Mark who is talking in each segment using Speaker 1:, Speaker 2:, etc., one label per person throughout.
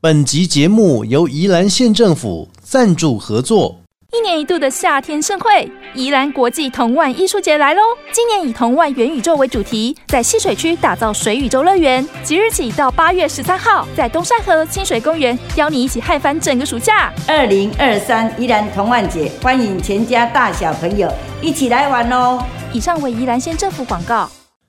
Speaker 1: 本集节目由宜兰县政府赞助合作。
Speaker 2: 一年一度的夏天盛会——宜兰国际童玩艺术节来喽！今年以童玩元宇宙为主题，在戏水区打造水宇宙乐园。即日起到八月十三号，在东山河清水公园，邀你一起嗨翻整个暑假！
Speaker 3: 二零二三宜兰童万节，欢迎全家大小朋友一起来玩哦！
Speaker 2: 以上为宜兰县政府广告。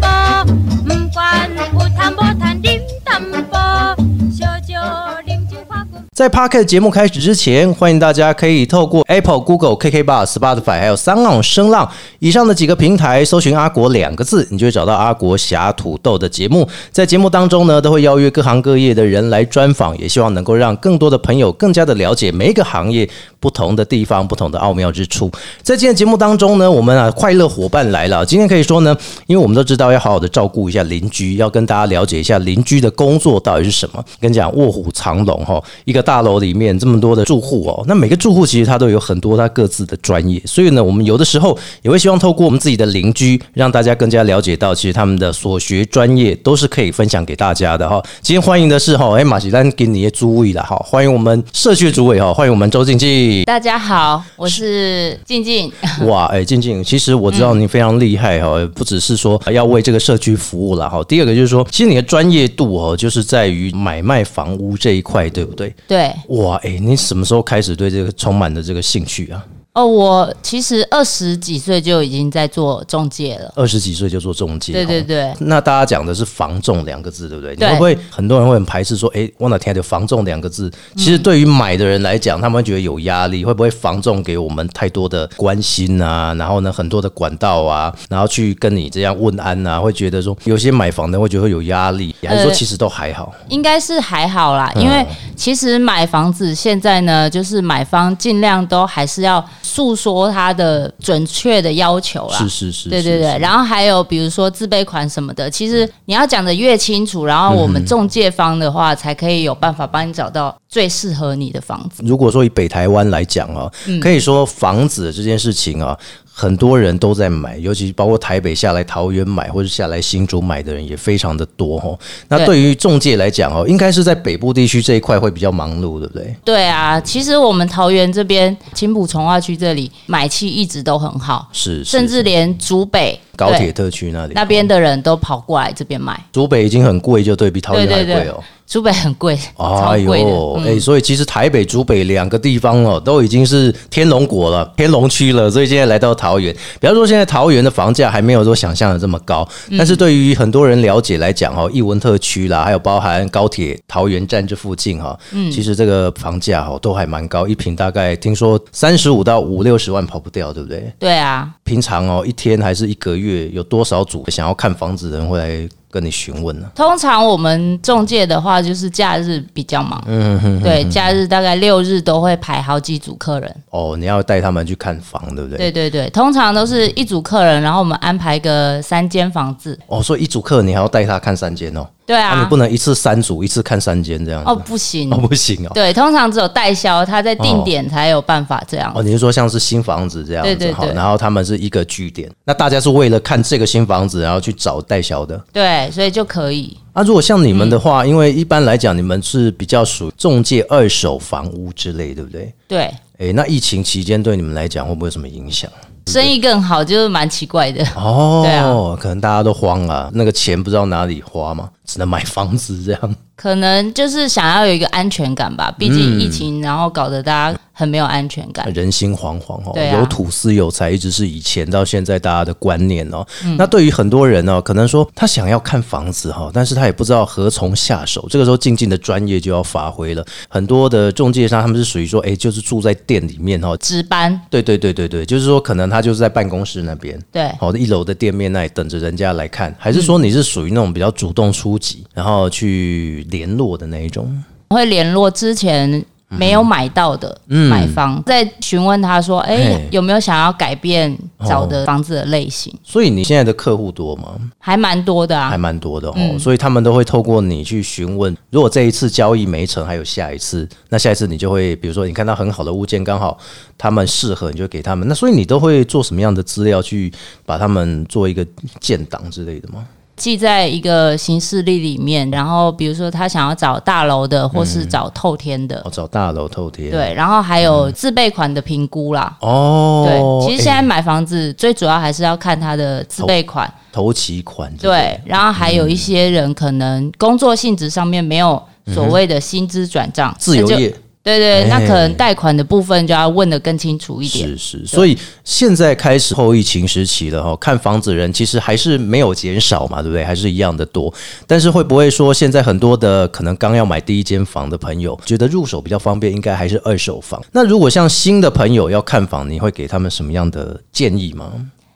Speaker 4: bò Mùm quan u tham bò than điểm tâm bò Cho cho điểm chữ khoa cùng
Speaker 1: 在 p a r k e t 节目开始之前，欢迎大家可以透过 Apple、Google、KK Bar、Spotify 还有三浪声浪以上的几个平台搜寻“阿国”两个字，你就会找到阿国侠土豆的节目。在节目当中呢，都会邀约各行各业的人来专访，也希望能够让更多的朋友更加的了解每一个行业不同的地方、不同的奥妙之处。在今天节目当中呢，我们啊快乐伙伴来了，今天可以说呢，因为我们都知道要好好的照顾一下邻居，要跟大家了解一下邻居的工作到底是什么。跟你讲，卧虎藏龙哈、哦，一个大楼里面这么多的住户哦，那每个住户其实他都有很多他各自的专业，所以呢，我们有的时候也会希望透过我们自己的邻居，让大家更加了解到，其实他们的所学专业都是可以分享给大家的哈、哦。今天欢迎的是哈、哦，哎马喜丹给你的诸位了哈，欢迎我们社区主委哈，欢迎我们周静静。
Speaker 5: 大家好，我是静静。
Speaker 1: 哇，哎、静静，其实我知
Speaker 5: 嗯
Speaker 1: 道你非常厉害哈、不只是说要为这个社区服务了哈。第二个就是说，其实你的专业度哦，就是在于买卖房屋这一块，对不对？
Speaker 5: 对
Speaker 1: 哇，哎、你什么时候开始对这个充满了这个兴趣啊？
Speaker 5: 哦，我其实二十几岁就已经在做中介了。
Speaker 1: 二十几岁就做中介，
Speaker 5: 对对
Speaker 1: 哦。
Speaker 5: 对，
Speaker 1: 那大家讲的是“房仲”两个字，对不对？你
Speaker 5: 对
Speaker 1: 会不会很多人会很排斥说，哎、我哪天就“房仲”两个字？其实对于买的人来讲，他们会觉得有压力，会不会房仲给我们太多的关心啊？然后呢，很多的管道啊，然后去跟你这样问安啊，会觉得说有些买房的会觉得会有压力，还是说
Speaker 5: 呃
Speaker 1: 其实都还好？
Speaker 5: 应该是还好啦，
Speaker 1: 嗯
Speaker 5: 因为其实买房子现在呢，就是买方尽量都还是要诉说他的准确的要求啦。
Speaker 1: 是是是，
Speaker 5: 对
Speaker 1: 是
Speaker 5: 对对，
Speaker 1: 是
Speaker 5: 然后还有比如说自备款什么的，其实你要讲的越清楚，然后我
Speaker 1: 嗯
Speaker 5: 们中介方的话，才可以有办法帮你找到最适合你的房子。
Speaker 1: 如果说以北台湾来讲啊，
Speaker 5: 嗯
Speaker 1: 可以说房子这件事情啊，很多人都在买，尤其包括台北下来桃园买，或者下来新竹买的人也非常的多哦。那
Speaker 5: 对
Speaker 1: 对于中介来讲哦，应该是在北部地区这一块会比较忙碌，对不对？
Speaker 5: 对啊，其实我们桃园这边青浦从化区这里买气一直都很好，
Speaker 1: 是，是
Speaker 5: 甚至连竹北
Speaker 1: 高铁
Speaker 5: 对
Speaker 1: 特区那里
Speaker 5: 那边的人都跑过来这边买。
Speaker 1: 竹北已经很贵，就对比桃园还贵
Speaker 5: 对对
Speaker 1: 哦。
Speaker 5: 竹北很贵，超贵的。嗯
Speaker 1: 哎、所以其实台北、竹北两个地方哦，都已经是天龙国了、天龙区了，所以现在来到桃园。比方说，现在桃园的房价还没有说想象的这么高，但是对于很多人了解来讲哦，艺文特区啦，还有包含高铁桃园站这附近哈、哦，其实这个房价哦都还蛮高，一平大概听说三十五到五六十万跑不掉，对不对？
Speaker 5: 对啊，
Speaker 1: 平常哦，一天还是一个月，有多少组想要看房子的人会来跟你询问呢、
Speaker 5: 通常我们中介的话，就是假日比较忙，
Speaker 1: 嗯
Speaker 5: 对，假日大概六日都会排好几组客人，
Speaker 1: 哦，你要带他们去看房，对不对？
Speaker 5: 对对对，通常都是一组客人，然后我们安排个三间房子，
Speaker 1: 哦，所以一组客你还要带他看三间哦，
Speaker 5: 对
Speaker 1: 啊，
Speaker 5: 啊
Speaker 1: 你，不能一次三组，一次看三间这样子
Speaker 5: 哦不行，
Speaker 1: 哦，不哦行哦。
Speaker 5: 对，通常只有代销，他在定点才有办法这样，
Speaker 1: 哦，你是说像是新房子这样子
Speaker 5: 对对
Speaker 1: 好，
Speaker 5: 对
Speaker 1: 然后他们是一个据点，那大家是为了看这个新房子，然后去找代销的。
Speaker 5: 对，所以就可以，
Speaker 1: 那、如果像你们的
Speaker 5: 嗯
Speaker 1: 话，因为一般来讲你们是比较属于中介二手房屋之类，对不对？
Speaker 5: 对，
Speaker 1: 诶，那疫情期间对你们来讲会不会有什么影响？
Speaker 5: 生意更好，就是蛮奇怪的，
Speaker 1: 哦，
Speaker 5: 对啊
Speaker 1: 可能大家都慌了、那个钱不知道哪里花嘛，只能买房子这样。
Speaker 5: 可能就是想要有一个安全感吧，毕竟疫情，然后搞得大家很没有安全感，
Speaker 1: 人心惶惶哦，
Speaker 5: 对啊
Speaker 1: 有土司有财，一直是以前到现在大家的观念哦。
Speaker 5: 嗯
Speaker 1: 那对于很多人哦，可能说他想要看房子哈、但是他也不知道何从下手。这个时候，静静的专业就要发挥了。很多的中介商他们是属于说，哎，就是住在店里面哦。
Speaker 5: 值班，
Speaker 1: 对对对对对，就是说可能他就是在办公室那边。
Speaker 5: 对。
Speaker 1: 好、一楼的店面那里等着人家来看，还是说你是属于那种比较主动出击，然后去联络的那一种？
Speaker 5: 会联络之前没有买到的
Speaker 1: 嗯
Speaker 5: 买方，在询问他说：“哎、
Speaker 1: 嘿
Speaker 5: 有没有想要改变找的房子的类型？”
Speaker 1: 所以你现在的客户多吗？
Speaker 5: 还蛮多的
Speaker 1: 还
Speaker 5: 啊。
Speaker 1: 蛮多的哦，
Speaker 5: 嗯
Speaker 1: 所以他们都会透过你去询问，如果这一次交易没成，还有下一次，那下一次你就会，比如说你看到很好的物件，刚好他们适合，你就给他们。那所以你都会做什么样的资料去把他们做一个建档之类的吗？
Speaker 5: 记在一个行事历里面，然后比如说他想要找大楼的，或是找透天的，
Speaker 1: 嗯哦，找嗯大楼透贴，，
Speaker 5: 对，然后还有自备款的评估啦。
Speaker 1: 哦，
Speaker 5: 对，其实现
Speaker 1: 哎
Speaker 5: 在买房子最主要还是要看他的自备款，
Speaker 1: 头期款之类的
Speaker 5: 对，，然后还有一些人可能工作性质上面没有所谓的薪资转账，
Speaker 1: 嗯自由
Speaker 5: 那就
Speaker 1: 业，
Speaker 5: 对对，那
Speaker 1: 哎
Speaker 5: 可能贷款的部分就要问的更清楚一点
Speaker 1: 是。是，所以现在开始后疫情时期了哈，看房子人其实还是没有减少嘛，对不对？还是一样的多，但是会不会说现在很多的可能刚要买第一间房的朋友，觉得入手比较方便，应该还是二手房？那如果像新的朋友要看房，你会给他们什么样的建议吗？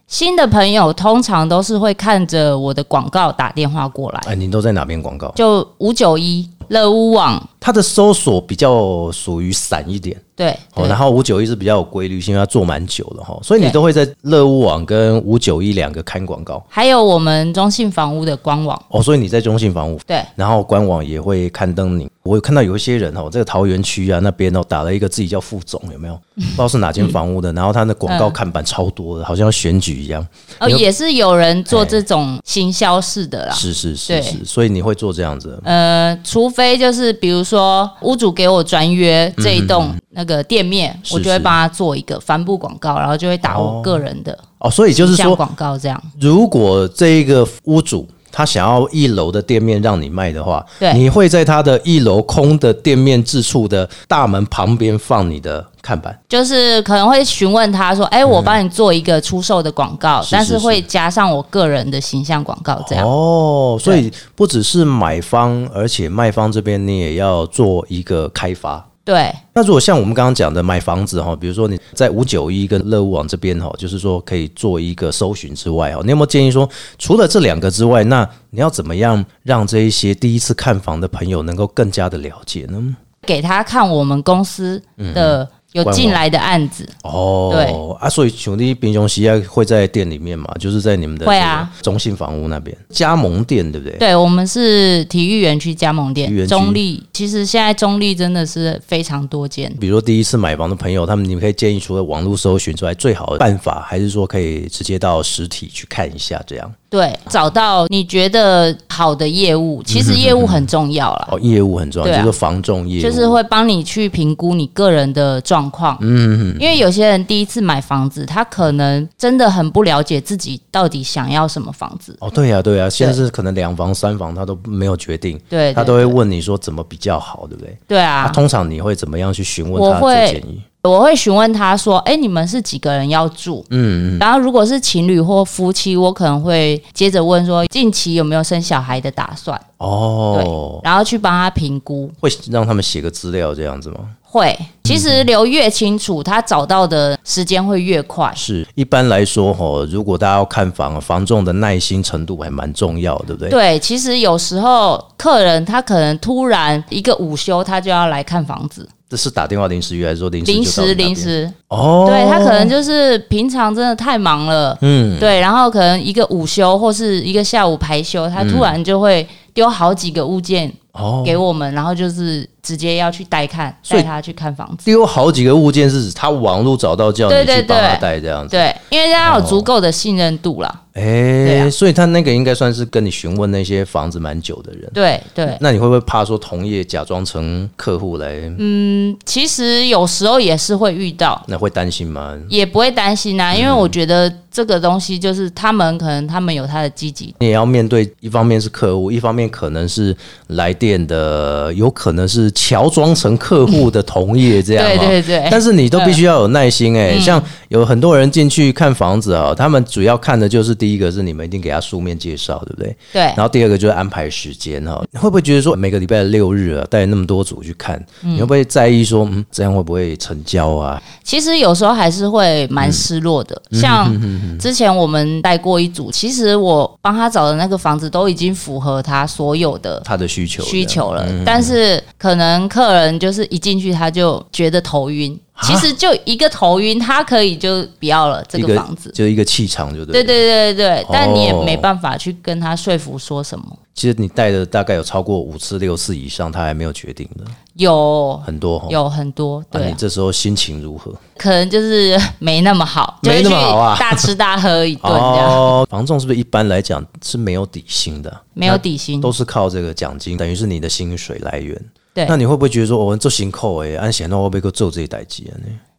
Speaker 5: 新的朋友通常都是会看着我的广告打电话过来，
Speaker 1: 哎，您都在哪边广告？
Speaker 5: 就五九一乐屋网，
Speaker 1: 它的搜索比较属于散一点。
Speaker 5: 对，
Speaker 1: 哦，
Speaker 5: 对
Speaker 1: 然后五九一是比较有规律性，因为它做蛮久了哈，所以你
Speaker 5: 对
Speaker 1: 都会在乐屋网跟五九一两个看广告
Speaker 5: 还有我们中信房屋的官网，
Speaker 1: 哦，所以你在中信房屋
Speaker 5: 对，
Speaker 1: 然后官网也会刊登你。我有看到有一些人哦，这个桃园区啊那边哦，打了一个自己叫副总，有 没有？不知道是哪间房屋的，然后他的广告看板超多的，好像要选举一样。
Speaker 5: 哦，
Speaker 1: 有哎
Speaker 5: 也是有人做这种行销式的啦。
Speaker 1: 是是是
Speaker 5: 对
Speaker 1: 是，所以你会做这样子。
Speaker 5: 呃，除非就是比如说屋主给我专约这一栋那个店面，
Speaker 1: 嗯是
Speaker 5: 我就会
Speaker 1: 是
Speaker 5: 帮他做一个帆布广告，然后就会打我个人的
Speaker 1: 哦，所以就是
Speaker 5: 形象
Speaker 1: 说，
Speaker 5: 广告这样。
Speaker 1: 如果这一个屋主他想要一楼的店面让你卖的话，
Speaker 5: 对
Speaker 1: 你会在他的一楼空的店面之处的大门旁边放你的看板。
Speaker 5: 就是可能会询问他说：“哎、我帮你做一个出售的广告，
Speaker 1: 嗯是
Speaker 5: 但
Speaker 1: 是
Speaker 5: 是
Speaker 1: 是
Speaker 5: 会加上我个人的形象广告这样。
Speaker 1: 哦，所以不只是买方，而且卖方这边你也要做一个开发。
Speaker 5: 对，
Speaker 1: 那如果像我们刚刚讲的买房子哈，比如说你在五九一跟乐屋网这边哈，就是说可以做一个搜寻之外哈，你有没有建议说，除了这两个之外，那你要怎么样让这一些第一次看房的朋友能够更加的了解呢？
Speaker 5: 给他看我们公司
Speaker 1: 嗯
Speaker 5: 的有进来的案子，
Speaker 1: 哦，啊，所以兄弟平雄西亚会在店里面嘛，就是在你们的
Speaker 5: 会啊
Speaker 1: 这个中信房屋那边加盟店，对不对？
Speaker 5: 对我们是体育园区加盟
Speaker 1: 体育园区
Speaker 5: 店，中立。其实现在中立真的是非常多间，
Speaker 1: 比如说第一次买房的朋友，他们你们可以建议除了网络搜寻之外，最好的办法还是说可以直接到实体去看一下，这样
Speaker 5: 对，找到你觉得好的业务，
Speaker 1: 嗯
Speaker 5: 其实业务很重要啦，
Speaker 1: 哦，业务很重要，
Speaker 5: 对啊
Speaker 1: 就是房仲业务，
Speaker 5: 就是会帮你去评估你个人的状况。嗯，因为有些人第一次买房子，他可能真的很不了解自己到底想要什么房子。
Speaker 1: 哦，对呀、对呀、现在是可能两房、三房他都没有决定，
Speaker 5: 对对
Speaker 1: 他都会问你说怎么比较好，对不对？
Speaker 5: 对
Speaker 1: 啊，
Speaker 5: 啊，
Speaker 1: 通常你会怎么样去询问
Speaker 5: 我
Speaker 1: 他的
Speaker 5: 会
Speaker 1: 建议？
Speaker 5: 我会询问他说：“哎、你们是几个人要住？”嗯，然后如果是情侣或夫妻，我可能会接着问说：“近期有没有生小孩的打算？”
Speaker 1: 哦，
Speaker 5: 然后去帮他评估。
Speaker 1: 会让他们写个资料这样子吗？
Speaker 5: 会，其
Speaker 1: 嗯
Speaker 5: 实留越清楚，他找到的时间会越快。
Speaker 1: 是，一般来说，哦，如果大家要看房，房仲的耐心程度还蛮重要，对不对？
Speaker 5: 对，其实有时候客人他可能突然一个午休，他就要来看房子，
Speaker 1: 这是打电话临时约，还是说临时就到
Speaker 5: 临
Speaker 1: 你
Speaker 5: 时
Speaker 1: 那边
Speaker 5: 临时，
Speaker 1: 哦，
Speaker 5: 对他可能就是平常真的太忙了，
Speaker 1: 嗯，
Speaker 5: 对，然后可能一个午休或是一个下午排休，他突然就会丢好几个物件
Speaker 1: 哦，
Speaker 5: 给我们，然后就是直接要去带看，
Speaker 1: 所以
Speaker 5: 带他去看房子。
Speaker 1: 丢好几个物件是指他网络找到叫你
Speaker 5: 对对
Speaker 1: 去帮他
Speaker 5: 对
Speaker 1: 带这样子，
Speaker 5: 对，因为他
Speaker 1: 哦
Speaker 5: 有足够的信任度啦。
Speaker 1: 哎、
Speaker 5: 对啊
Speaker 1: 所以他那个应该算是跟你询问那些房子蛮久的人。
Speaker 5: 对对，
Speaker 1: 那你会不会怕说同业假装成客户来？
Speaker 5: 嗯其实有时候也是会遇到，
Speaker 1: 那会担心吗？
Speaker 5: 也不会担心
Speaker 1: 嗯
Speaker 5: 啊，因为我觉得这个东西就是他们可能他们有他的积极，
Speaker 1: 你也要面对，一方面是客户，一方面可能是来电的，有可能是乔装成客户的同业这样、哦。
Speaker 5: 对对对，
Speaker 1: 但是你都必须要有耐心
Speaker 5: 嗯
Speaker 1: 哎、像有很多人进去看房子啊、他们主要看的就是第一个是你们一定给他书面介绍，对不对？
Speaker 5: 对
Speaker 1: 然后第二个就是安排时间哈、你会不会觉得说每个礼拜的六日啊，带那么多组去看，你会不会在意说，嗯，这样会不会成交啊？嗯
Speaker 5: 其实有时候还是会蛮失落的。像之前我们带过一组，其实我帮他找的那个房子都已经符合他所有的
Speaker 1: 他的需求嗯这样
Speaker 5: 需求了，但是可能客人就是一进去他就觉得头晕，
Speaker 1: 啊
Speaker 5: 其实就一个头晕，他可以就不要了这
Speaker 1: 一
Speaker 5: 个房子。
Speaker 1: 就一个气场就对了。
Speaker 5: 对对对对对，但你也
Speaker 1: 哦
Speaker 5: 没办法去跟他说服说什么。
Speaker 1: 其实你带的大概有超过五次六次以上，他还没有决定的，
Speaker 5: 有
Speaker 1: 很多哈。
Speaker 5: 有很多，
Speaker 1: 那、
Speaker 5: 对
Speaker 1: 哦你
Speaker 5: 啊，
Speaker 1: 这时候心情如何？
Speaker 5: 可能就是 没那么好，就
Speaker 1: 没
Speaker 5: 会
Speaker 1: 那
Speaker 5: 去
Speaker 1: 么好啊
Speaker 5: 大吃大喝一顿这样，
Speaker 1: 哦，房仲是不是一般来讲是没有底薪的？
Speaker 5: 没有底薪
Speaker 1: 都。是靠这个奖金，等于是你的薪水来源。
Speaker 5: 对
Speaker 1: 那你会不会觉得说，我们做行扣哎，按显诺会不会给我做这一代机啊？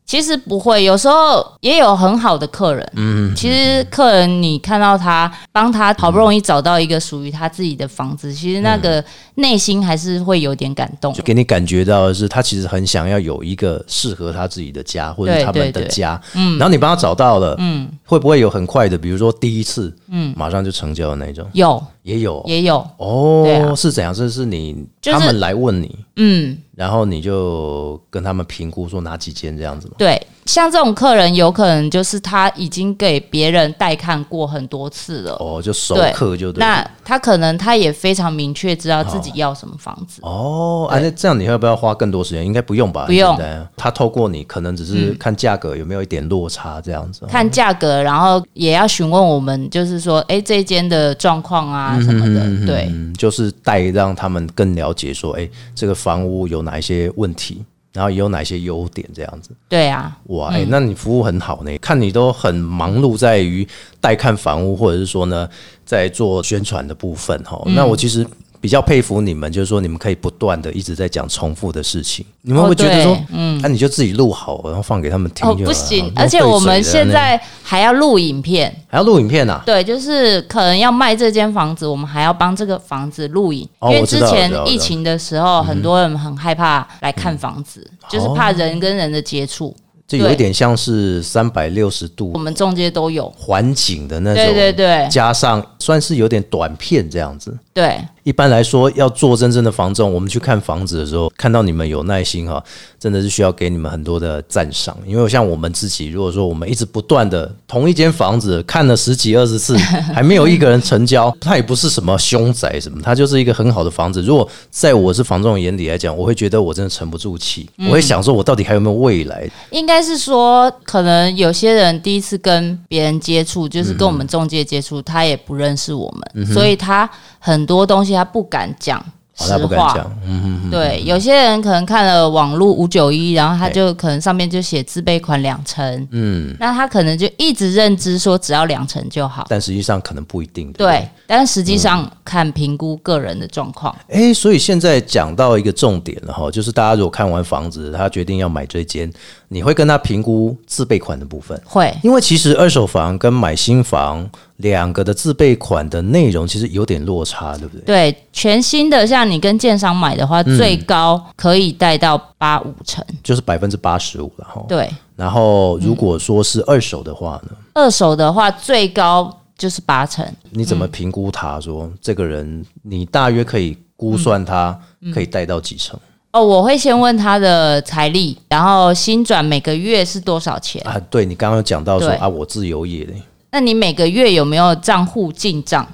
Speaker 5: 其实不会，有时候也有很好的客人。嗯，其实客人你看到他帮他好不容易找到一个属于他自己的房子，其实那个内心还是会有点感动
Speaker 1: 嗯就。给你感觉到的是，他其实很想要有一个适合他自己的家，或者
Speaker 5: 对
Speaker 1: 他们
Speaker 5: 对
Speaker 1: 的
Speaker 5: 对
Speaker 1: 家。嗯，然后你帮他找到了，嗯，会不会有很快的，比如说第一次，嗯，马上就成交的那种，
Speaker 5: 有
Speaker 1: 也有
Speaker 5: 也有，
Speaker 1: 哦，
Speaker 5: 对啊
Speaker 1: 是怎样？这是你、
Speaker 5: 就是
Speaker 1: 他们来问你，
Speaker 5: 嗯，
Speaker 1: 然后你就跟他们评估说哪几间这样子吗？
Speaker 5: 对，像这种客人有可能就是他已经给别人带看过很多次了。
Speaker 1: 哦，就熟
Speaker 5: 对
Speaker 1: 客就对了。
Speaker 5: 那他可能他也非常明确知道自己要什么房子，
Speaker 1: 哦，啊，那这样你要不要花更多时间？应该不用吧？
Speaker 5: 不用嗯
Speaker 1: 很简单啊他透过你，可能只是看价格有没有一点落差这样子。
Speaker 5: 看价格，然后也要询问我们，就是说，哎、这一间的状况啊什么的，对。
Speaker 1: 嗯，就是带让他们更了解说，哎、这个房屋有哪一些问题，然后也有哪些优点这样子。
Speaker 5: 对啊，
Speaker 1: 哇，哎、那你服务很好呢，看你都很忙碌在于带看房屋，或者是说呢，在做宣传的部分哈、
Speaker 5: 嗯
Speaker 1: 那我其实。比较佩服你们，就是说你们可以不断的一直在讲重复的事情，你们会不会觉得说，
Speaker 5: 哦对
Speaker 1: 嗯，那、你就自己录好，然后放给他们听
Speaker 5: 哦
Speaker 1: 就好了。
Speaker 5: 不行，
Speaker 1: 那
Speaker 5: 而且
Speaker 1: 对
Speaker 5: 我们
Speaker 1: 嘴的
Speaker 5: 现
Speaker 1: 呢
Speaker 5: 在还要录影片，
Speaker 1: 啊还要录影片啊，
Speaker 5: 对，就是可能要卖这间房子，我们还要帮这个房子录影，
Speaker 1: 哦
Speaker 5: 因为
Speaker 1: 我知
Speaker 5: 之
Speaker 1: 道
Speaker 5: 前
Speaker 1: 我知道嗯
Speaker 5: 疫情的时候，很多人很害怕来看房子，就是怕
Speaker 1: 哦
Speaker 5: 人跟人的接触，
Speaker 1: 这有一
Speaker 5: 对
Speaker 1: 点像是三百六十
Speaker 5: 我
Speaker 1: 度
Speaker 5: 们中介都有，
Speaker 1: 环景的那种，
Speaker 5: 对对对
Speaker 1: 加上算是有点短片这样子。
Speaker 5: 对，
Speaker 1: 一般来说，要做真正的房仲，我们去看房子的时候，看到你们有耐心哈、真的是需要给你们很多的赞赏。因为像我们自己，如果说我们一直不断的同一间房子看了十几二十次， 还没有一个人成交，它也不是什么凶宅什么，它就是一个很好的房子。如果在我是房仲眼里来讲，我会觉得我真的沉不住气，我会想说，我到底还有没有未来？
Speaker 5: 应该是说，可能有些人第一次跟别人接触，就是跟我们中介接触，他也不认识我们，
Speaker 1: 嗯
Speaker 5: 所以他很多东西他不敢讲
Speaker 1: 好，
Speaker 5: 实
Speaker 1: 他不敢
Speaker 5: 话。
Speaker 1: 讲，嗯哼哼。
Speaker 5: 对，有些人可能看了网络五九一，然后他就可能上面就写自备款两成，嗯，那他可能就一直认知说只要两成就好，
Speaker 1: 但实际上可能不一定。不
Speaker 5: 对，但实际上看评估个人的状况，
Speaker 1: 哎，所以现在讲到一个重点了哈，就是大家如果看完房子，他决定要买这间，你会跟他评估自备款的部分，
Speaker 5: 会
Speaker 1: 因为其实二手房跟买新房两个的自备款的内容其实有点落差，对不对？
Speaker 5: 对全新的，像你跟建商买的话，
Speaker 1: 嗯
Speaker 5: 最高可以贷到八五成，
Speaker 1: 就是百分之八十五了哈。
Speaker 5: 对。嗯
Speaker 1: 然后如果说是二手的话呢，
Speaker 5: 二手的话，最高就是八成。
Speaker 1: 你怎
Speaker 5: 嗯
Speaker 1: 么评估他说这个人，你大约可以
Speaker 5: 嗯
Speaker 1: 估算他可以贷到几成？
Speaker 5: 哦，我会先问他的财力，然后新转每个月是多少钱？
Speaker 1: 啊，对你刚刚有讲到说
Speaker 5: 对
Speaker 1: 啊，我自由业嘞。
Speaker 5: 那你每个月有没有账户进账？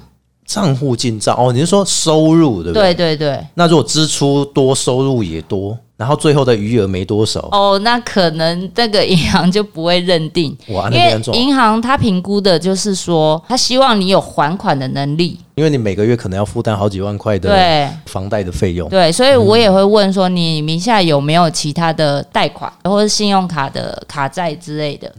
Speaker 1: 账户进账哦，你是说收入对不对？
Speaker 5: 对对对。
Speaker 1: 那如果支出多，收入也多，然后最后的余额没多少，
Speaker 5: 哦，那可能那个银行就不会认定，
Speaker 1: 哇，那
Speaker 5: 因
Speaker 1: 边
Speaker 5: 为
Speaker 1: 做，
Speaker 5: 啊银行它评估的就是说，它希望你有还款的能力。
Speaker 1: 因为你每个月可能要负担好几万块的
Speaker 5: 对
Speaker 1: 房贷的费用，
Speaker 5: 对，所以我也会问说，你名下有没有其他的贷款或者信用卡的卡债之类的？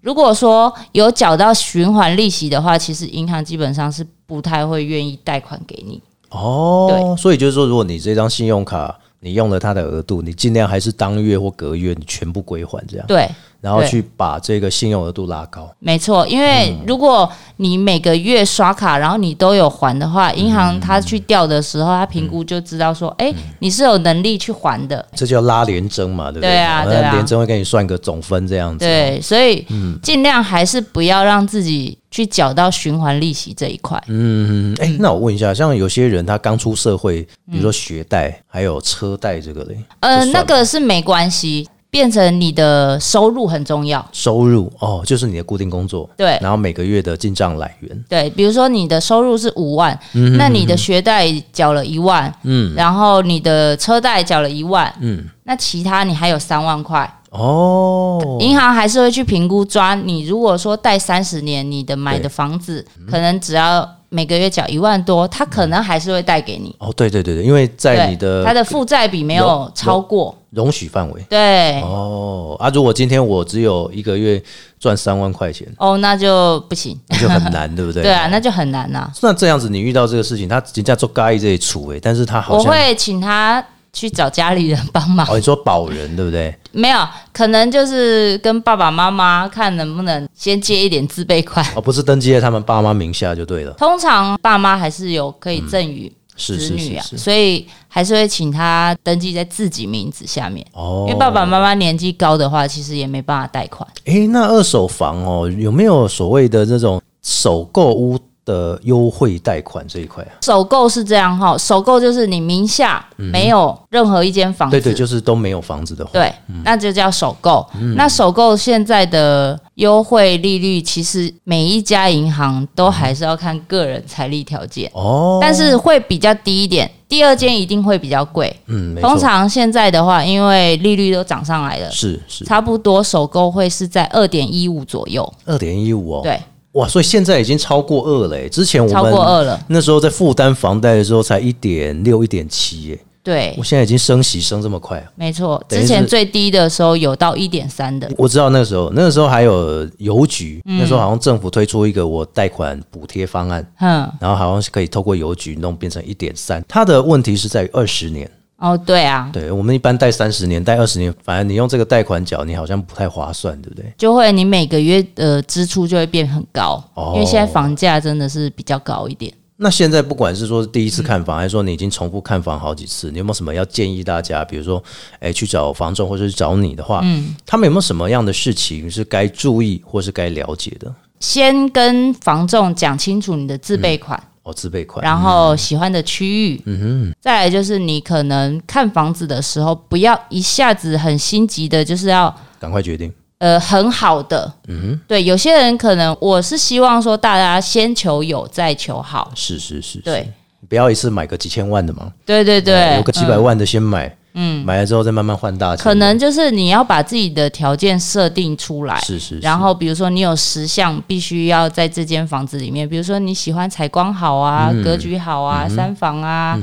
Speaker 5: 如果说有缴到循环利息的话，其实银行基本上是不太会愿意贷款给你。
Speaker 1: 哦，所以就是说，如果你这张信用卡你用了它的额度，你尽量还是当月或隔月你全部归还这样，
Speaker 5: 对，
Speaker 1: 然后
Speaker 5: 对
Speaker 1: 去把这个信用额度拉高。
Speaker 5: 没错，因为如果你每个月刷卡，然后你都有还的话，银行它去调的时候，它评估就知道说，哎、你是有能力去还的。
Speaker 1: 这叫拉连征嘛，对不
Speaker 5: 对啊
Speaker 1: 那
Speaker 5: 对啊
Speaker 1: 连征会给你算个总分这样子。
Speaker 5: 对，所以尽量还是不要让自己去缴到循环利息这一块。
Speaker 1: 嗯，哎、那我问一下，像有些人他刚出社会，比如说学贷，还有车贷这个嘞，
Speaker 5: 嗯呃
Speaker 1: 这，算
Speaker 5: 那
Speaker 1: 吗
Speaker 5: 个是没关系。变成你的收入很重要。
Speaker 1: 收入哦，就是你的固定工作，
Speaker 5: 对
Speaker 1: 然后每个月的进账来源，
Speaker 5: 对，比如说你的收入是五万，那你的学贷缴了一万，
Speaker 1: 嗯
Speaker 5: 然后你的车贷缴了一万，
Speaker 1: 嗯，
Speaker 5: 那其他你还有三万块，
Speaker 1: 哦，
Speaker 5: 银行还是会去评估抓你。如果说贷三十年，你的买的房子
Speaker 1: 嗯
Speaker 5: 可能只要每个月缴一万多，他可能还是会贷给你。
Speaker 1: 哦，对对对对，因为在你的
Speaker 5: 他的负债比没
Speaker 1: 有
Speaker 5: 有超过，
Speaker 1: 容许范围。
Speaker 5: 对
Speaker 1: 哦啊！如果今天我只有一个月赚三万块钱，
Speaker 5: 哦，那就不行。
Speaker 1: 那就很 难，对不对？
Speaker 5: 对啊，那就很难呐、
Speaker 1: 那这样子，你遇到这个事情，他人家做该这里处哎，但是他好
Speaker 5: 我
Speaker 1: 像
Speaker 5: 会请他去找家里人帮忙，
Speaker 1: 哦，你说保人对不对？
Speaker 5: 没有，可能就是跟爸爸妈妈看能不能先借一点自备 款。
Speaker 1: 哦，不是登记在他们爸妈名下就对了，
Speaker 5: 通常爸妈还是有可以赠与
Speaker 1: 嗯是
Speaker 5: 子
Speaker 1: 是
Speaker 5: 女
Speaker 1: 是
Speaker 5: 啊，
Speaker 1: 是。
Speaker 5: 所以还是会请他登记在自己名字下面。
Speaker 1: 哦
Speaker 5: 因为爸爸妈妈年纪高的话，其实也没办法贷款。
Speaker 1: 诶，那二手房哦，有没有所谓的这种首购屋的优惠贷款这一块啊？
Speaker 5: 首购是这样哈，首购就是你名下没有任何一间房
Speaker 1: 嗯
Speaker 5: 子，
Speaker 1: 对对，就是都没有房子的话，
Speaker 5: 对，那就叫首购。
Speaker 1: 嗯
Speaker 5: 那首购现在的优惠利率，其实每一家银行都还是要看个人财力条件，
Speaker 1: 哦，
Speaker 5: 但是会比较低一点。第二间一定会比较贵。
Speaker 1: 嗯，没错
Speaker 5: 通常现在的话，因为利率都涨上来了，
Speaker 1: 是是
Speaker 5: 差不多首购会是在二点一五左右。
Speaker 1: 二点一五哦，，
Speaker 5: 对，
Speaker 1: 哇，所以现在已经超过二了诶，欸之前我们
Speaker 5: 超过二了。
Speaker 1: 那时候在负担房贷的时候才一点六、一点七耶，
Speaker 5: 对
Speaker 1: 我，现在已经升息升这么快、啊，
Speaker 5: 没错，
Speaker 1: 等于
Speaker 5: 之
Speaker 1: 是
Speaker 5: 前最低的时候有到一点三的。
Speaker 1: 我知道那个时候，那个时候还有邮局，
Speaker 5: 嗯
Speaker 1: 那时候好像政府推出一个我贷款补贴方案，
Speaker 5: 嗯，
Speaker 1: 然后好像是可以透过邮局弄变成一点三，它的问题是在于二十年，
Speaker 5: 哦，对啊，
Speaker 1: 对我们一般贷三十年、贷二十年，反正你用这个贷款缴，你好像不太划算，对不对？
Speaker 5: 就会你每个月的支出就会变很高，
Speaker 1: 哦
Speaker 5: 因为现在房价真的是比较高一点。
Speaker 1: 那现在不管是说第一次看
Speaker 5: 嗯
Speaker 1: 房，还是说你已经重复看房好几次，你有没有什么要建议大家？比如说，哎、去找房仲或者是找你的话，
Speaker 5: 嗯
Speaker 1: 他们有没有什么样的事情是该注意或是该了解的？
Speaker 5: 先跟房仲讲清楚你的自备款，
Speaker 1: 哦，自备款，
Speaker 5: 然后喜欢的区域，嗯哼，再来就是你可能看房子的时候，不要一下子很心急的，就是要
Speaker 1: 赶快决定。
Speaker 5: 呃很好的，嗯哼，对，有些人可能我是希望说大家先求有再求好，
Speaker 1: 是是是，
Speaker 5: 对
Speaker 1: 是，不要一次买个几千万的嘛，
Speaker 5: 对对对，
Speaker 1: 哎
Speaker 5: 嗯
Speaker 1: 有个几百万的先买，嗯，买了之后再慢慢换大钱，
Speaker 5: 可能就是你要把自己的条件设定出来，
Speaker 1: 是是是
Speaker 5: 然后比如说你有十项必须要在这间房子里面，比如说你喜欢采光好啊、
Speaker 1: 嗯
Speaker 5: 格局好啊、三房啊，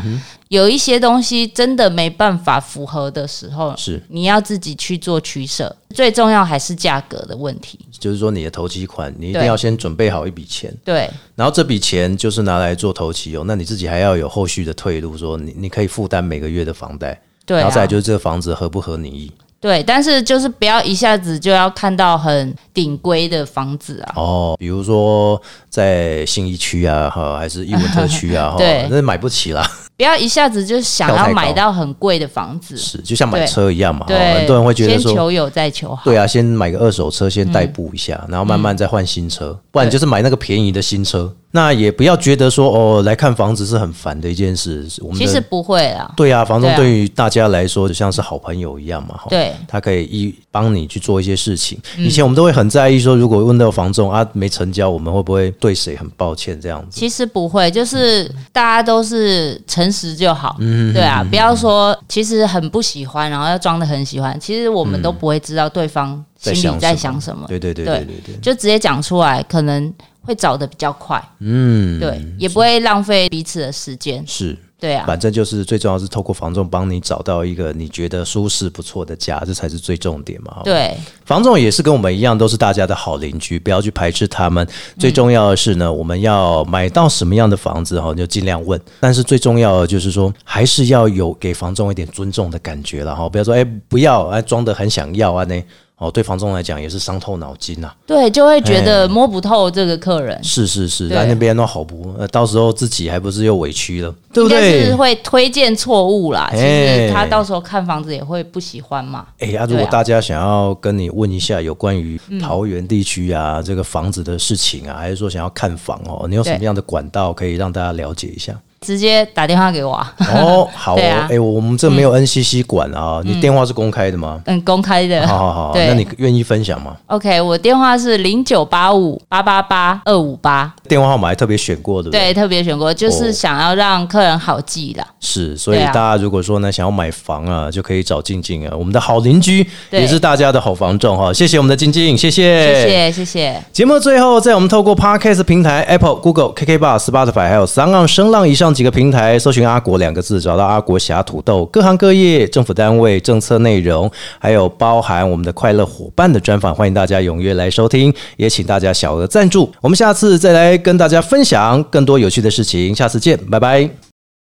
Speaker 5: 有一些东西真的没办法符合的时候，
Speaker 1: 是
Speaker 5: 你要自己去做取舍。最重要还是价格的问题，
Speaker 1: 就是说你的头期款，你一定
Speaker 5: 对
Speaker 1: 要先准备好一笔钱，
Speaker 5: 对
Speaker 1: 然后这笔钱就是拿来做头期哦，那你自己还要有后续的退路，说你你可以负担每个月的房贷，
Speaker 5: 对、
Speaker 1: 然
Speaker 5: 啊
Speaker 1: 后，再来就是这个房子合不合你意
Speaker 5: 对，但是就是不要一下子就要看到很顶规的房子啊，
Speaker 1: 哦，比如说在信义区啊，哈，还是艺文特区啊，哈
Speaker 5: 对，
Speaker 1: 那买不起啦，
Speaker 5: 不要一下子就想
Speaker 1: 跳太
Speaker 5: 要
Speaker 1: 高
Speaker 5: 买到很贵的房子，
Speaker 1: 是就像买
Speaker 5: 对
Speaker 1: 车一样嘛，哈
Speaker 5: 对，
Speaker 1: 很多人会觉得
Speaker 5: 先
Speaker 1: 说。
Speaker 5: 求有再求好。
Speaker 1: 对啊，先买个二手车，先代步一下，
Speaker 5: 嗯
Speaker 1: 然后慢慢再换新车，不然就是买那个便宜的新车。那也不要觉得说哦，来看房子是很烦的一件事。我们的
Speaker 5: 其实不会啦，
Speaker 1: 对啊，房
Speaker 5: 对
Speaker 1: 东
Speaker 5: 啊
Speaker 1: 对于大家来说就像是好朋友一样嘛，哈。
Speaker 5: 对
Speaker 1: 他可以一帮你去做一些事情。
Speaker 5: 嗯
Speaker 1: 以前我们都会很在意说，如果问到房仲啊没成交，我们会不会对谁很抱歉这样子？
Speaker 5: 其实不会，就是大家都是诚实就好。嗯，对啊，不要说其实很不喜欢，然后要装的很喜欢，其实我们都不会知道对方心里在想什么。
Speaker 1: 嗯对对对对
Speaker 5: 对
Speaker 1: 对对，
Speaker 5: 就直接讲出来，可能会找的比较快。
Speaker 1: 嗯，
Speaker 5: 对，也不会浪费彼此的时间。
Speaker 1: 是，
Speaker 5: 对啊，
Speaker 1: 反正就是最重要是透过房仲帮你找到一个你觉得舒适不错的家，这才是最重点嘛。哈哦
Speaker 5: 对
Speaker 1: 房仲也是跟我们一样，都是大家的好邻居，不要去排斥他们。最重要的是呢，我们要买到什么样的房子哈，就尽量问。但是最重要的就是说，还是要有给房仲一点尊重的感觉了哈，不要说哎、不要，哎、装的很想要啊呢。哦，对房仲来讲也是伤透脑筋啊。
Speaker 5: 对，就会觉得摸不透这个客人，
Speaker 1: 是是是，
Speaker 5: 对
Speaker 1: 在那边弄好不，呃，到时候自己还不是又委屈了，对不
Speaker 5: 应该是
Speaker 1: 对？
Speaker 5: 会推荐错误啦。其
Speaker 1: 哎
Speaker 5: 实他到时候看房子也会不喜欢嘛。
Speaker 1: 哎呀、啊如果
Speaker 5: 对啊嗯
Speaker 1: 大家想要跟你问一下有关于桃园地区啊、这个房子的事情啊，还是说想要看房哦，你有什么
Speaker 5: 对
Speaker 1: 样的管道可以让大家了解一下？
Speaker 5: 直接打电话给我、啊，
Speaker 1: 哦，好哦，
Speaker 5: 对啊
Speaker 1: 哎、我们这没有 NCC 管啊，你电话是公开的吗？
Speaker 5: 嗯，公开的。
Speaker 1: 好好好，
Speaker 5: 对
Speaker 1: 那你愿意分享吗？
Speaker 5: OK，我电话是零九八五八八八二五八，
Speaker 1: 电话号码还特别选过，对不
Speaker 5: 对，特别选过，就
Speaker 1: 哦
Speaker 5: 是想要让客人好记啦。
Speaker 1: 是，所以
Speaker 5: 对啊
Speaker 1: 大家如果说呢想要买房啊，就可以找静静啊，我们的好邻居，
Speaker 5: 对
Speaker 1: 也是大家的好房仲哈。谢谢我们的静静，谢谢，
Speaker 5: 谢。谢，谢谢。
Speaker 1: 节目的最后，在我们透过 Podcast 平台、Apple、Google、KK Bar、Spotify 还有三浪声浪以上几个平台，搜寻“阿国”两个字，找到阿国侠土豆，各行各业、政府单位、政策内容，还有包含我们的快乐伙伴的专访，欢迎大家踊跃来收听，也请大家小额赞助。我们下次再来跟大家分享更多有趣的事情，下次见，拜拜。